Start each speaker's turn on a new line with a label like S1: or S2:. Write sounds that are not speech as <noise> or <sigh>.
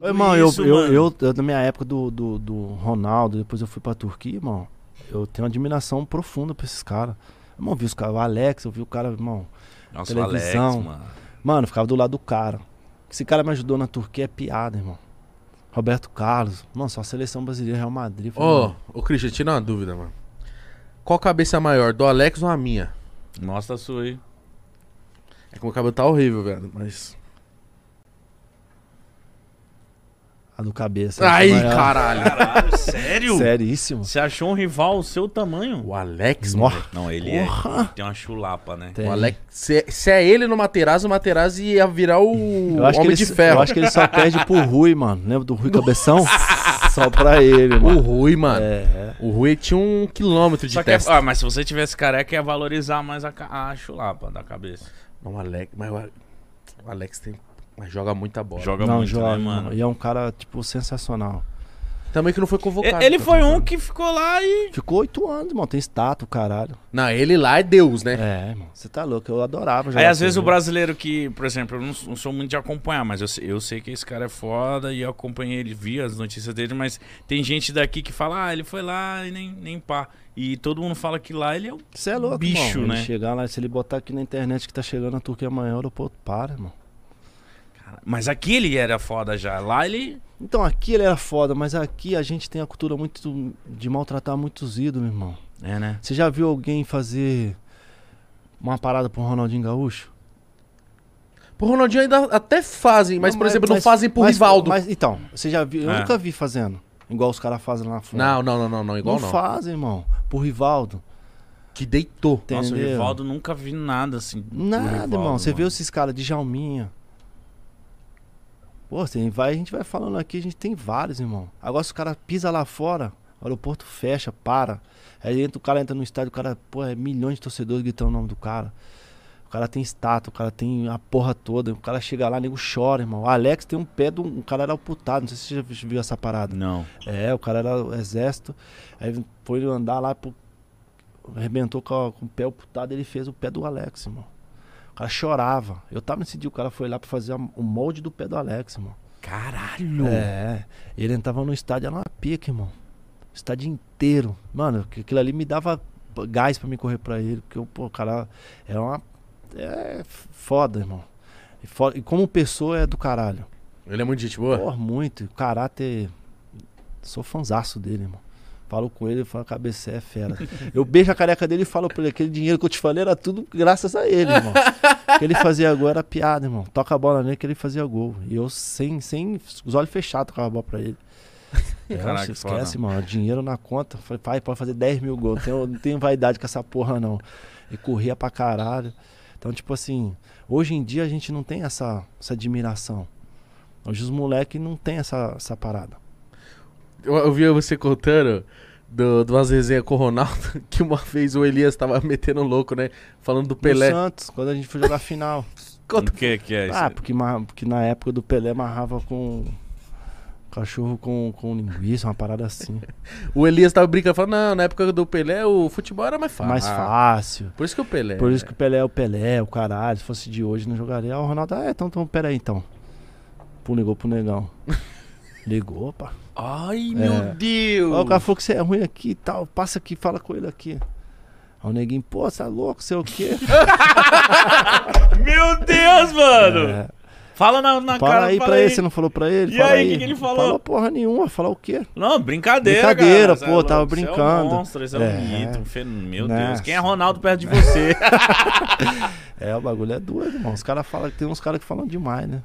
S1: é
S2: Irmão,
S3: isso,
S2: eu,
S3: mano.
S2: Eu, eu, eu, na minha época do, do, do Ronaldo, depois eu fui pra Turquia, irmão, eu tenho uma admiração profunda pra esses caras. Irmão, eu vi os caras, o Alex, eu vi o cara, irmão.
S3: Nossa, o Alex,
S2: televisão.
S3: mano.
S2: Mano, eu ficava do lado do cara. Esse cara me ajudou na Turquia, é piada, irmão. Roberto Carlos, mano, só a seleção brasileira, Real Madrid. falei,
S1: Ô,
S2: mano,
S1: ô Christian, tira uma dúvida, mano. Qual cabeça maior, do Alex ou a minha?
S3: Mostra a sua aí.
S1: É que meu cabelo tá horrível, velho, mas...
S2: a do cabeça.
S1: Ai,
S2: Maior.
S1: caralho.
S3: Caralho, sério?
S2: Seríssimo.
S3: Você achou um rival o seu tamanho?
S1: O Alex,
S2: Nó.
S1: mano.
S3: Não, ele é.
S2: Porra.
S3: ele Tem uma chulapa, né?
S2: Tem.
S1: O Alex, se, se é ele no Materazzi, o Materazzi ia virar o
S2: Eu acho, que
S1: Homem
S2: ele,
S1: de
S2: só-
S1: Ferro.
S2: eu acho que ele só perde pro Rui, mano. Lembra do Rui Cabeção? só pra ele,
S1: O
S2: mano.
S1: Rui, mano.
S2: É, é.
S1: O Rui tinha um quilômetro de
S3: Só que,
S1: testa.
S3: ah, mas se você tivesse careca, ia valorizar mais a, ca- a chulapa da cabeça.
S1: Não, o Alex, mas o Ale- o Alex tem, mas joga muita bola.
S3: Joga
S2: não,
S3: muito,
S2: joga,
S3: né, mano?
S2: mano. E é um cara, tipo, sensacional.
S1: Também que não foi convocado.
S3: E- Ele foi um
S1: um.
S3: que ficou lá e.
S2: Ficou oito anos, mano. Tem estátua, caralho.
S1: Não, ele lá é Deus, né?
S2: É, irmão. Você tá louco. Eu adorava jogar.
S3: Aí, às
S2: com
S3: vezes,
S2: ele.
S3: o brasileiro que, por exemplo, eu não, não sou muito de acompanhar, mas eu, se- eu sei que esse cara é foda e eu acompanhei ele, vi as notícias dele, mas tem gente daqui que fala, ah, ele foi lá e nem, nem pá. E todo mundo fala que lá ele é o.
S2: Você é louco,
S3: bicho,
S2: irmão. Ele
S3: né?
S2: chegar lá, se ele botar aqui na internet que tá chegando a Turquia amanhã, o aeroporto para, irmão.
S3: Cara, Mas aqui ele era foda já. Lá ele.
S2: Então aqui ele era foda, mas aqui a gente tem a cultura muito de maltratar muitos ídolos, irmão.
S3: É, né?
S2: Você já viu alguém fazer uma parada pro Ronaldinho Gaúcho?
S1: Pro Ronaldinho ainda até fazem, mas,
S2: Não,
S1: por exemplo, não fazem pro
S2: mas-
S1: Rivaldo.
S2: Mas, então, você já viu? Eu
S3: É.
S2: nunca vi fazendo. Igual os caras fazem lá fora.
S1: Não, não, não, não, não, igual
S2: não,
S1: não.
S2: fazem, irmão. Pro Rivaldo.
S1: Que deitou.
S2: Entendeu?
S3: Nossa, o Rivaldo nunca vi nada assim. do
S2: é Nada,
S3: Rivaldo,
S2: irmão. Você
S3: mano.
S2: viu esses caras de Jalminha. Pô, tem, vai, a gente vai falando aqui, a gente tem vários, irmão. Agora se o cara pisa lá fora, o aeroporto fecha, para. Aí entra, o cara entra no estádio, o cara, pô, é milhões de torcedores gritando o nome do cara. O cara tem estátua, o cara tem a porra toda. O cara chega lá, nego chora, irmão. O Alex tem um pé de um. O cara era amputado, não sei se você já viu essa parada.
S3: Não.
S2: É, o cara era o exército. Aí foi andar lá, pro... arrebentou com, a- com o pé amputado, ele fez o pé do Alex, irmão. O cara chorava. Eu tava nesse dia, o cara foi lá pra fazer a- o molde do pé do Alex, irmão.
S3: Caralho!
S2: É, ele entrava no estádio, era uma pica, irmão. O estádio inteiro. Mano, que- aquilo ali me dava gás pra me correr pra ele, porque, eu, pô, o cara é uma. É foda, irmão. E, fo- e como pessoa é do caralho.
S1: Ele é muito gente boa.
S2: Porra, muito. O Caráter. Sou fanzaço dele, irmão. Falo com ele, eu falo, cabeça é fera. Eu beijo a careca dele e falo pra ele, aquele dinheiro que eu te falei era tudo graças a ele, irmão. O que ele fazia gol era piada, irmão. Toca a bola nele que ele fazia gol. E eu sem, sem os olhos fechados tocava a bola pra ele. É,
S3: Caraca,
S2: você
S3: que foda.
S2: esquece, mano. Dinheiro na conta. Falei, pai, pode fazer 10 mil gols. Tenho- não tenho vaidade com essa porra, não. E corria pra caralho. Então, tipo assim, hoje em dia a gente não tem essa, essa admiração. Hoje os moleques não tem essa, essa parada.
S1: Eu, eu vi você contando do, de umas resenhas com o Ronaldo, <laughs> que uma vez o Elias tava metendo louco, né? Falando do
S2: No
S1: Pelé.
S2: Santos, quando a gente foi jogar a final.
S3: O que, que <laughs> é isso?
S2: ah, porque, ma- porque na época do Pelé amarrava com cachorro com, com linguiça, uma parada assim.
S1: O Elias tava brincando, falando, não, na época do Pelé o futebol era mais fácil. Ah,
S2: Mais fácil.
S1: Por isso que o Pelé. né?
S2: Por isso que o Pelé é o Pelé, o caralho. Se fosse de hoje, não jogaria. Ah, o Ronaldo, ah, então, então, pera aí, então. Pô, ligou pro
S3: <laughs>
S2: negão. Ligou, pá.
S1: Ai,
S2: É.
S1: meu
S3: Uh.
S2: Ó, o cara
S1: Deus!
S2: falou que você é ruim aqui e tal. Passa aqui, fala com ele aqui. Aí o neguinho, pô, você é louco, sei o quê.
S3: <laughs> Meu Deus, mano!
S2: É,
S3: Fala na, na cara
S2: fala aí
S3: fala
S2: pra ele, você não falou pra ele?
S3: E
S2: Fala
S3: aí, que que ele falou?
S2: Falou porra nenhuma, falar o quê?
S3: Não, brincadeira,
S2: Brincadeira,
S3: cara. Você
S2: pô,
S3: louco,
S2: tava
S3: você
S2: brincando.
S3: É um monstro, esse é,
S2: É.
S3: um mito. um fen- Meu
S2: Né?
S3: Deus, quem é Ronaldo perto de você?
S2: É, o bagulho é doido, irmão. Os caras falam que tem uns caras que falam demais, né?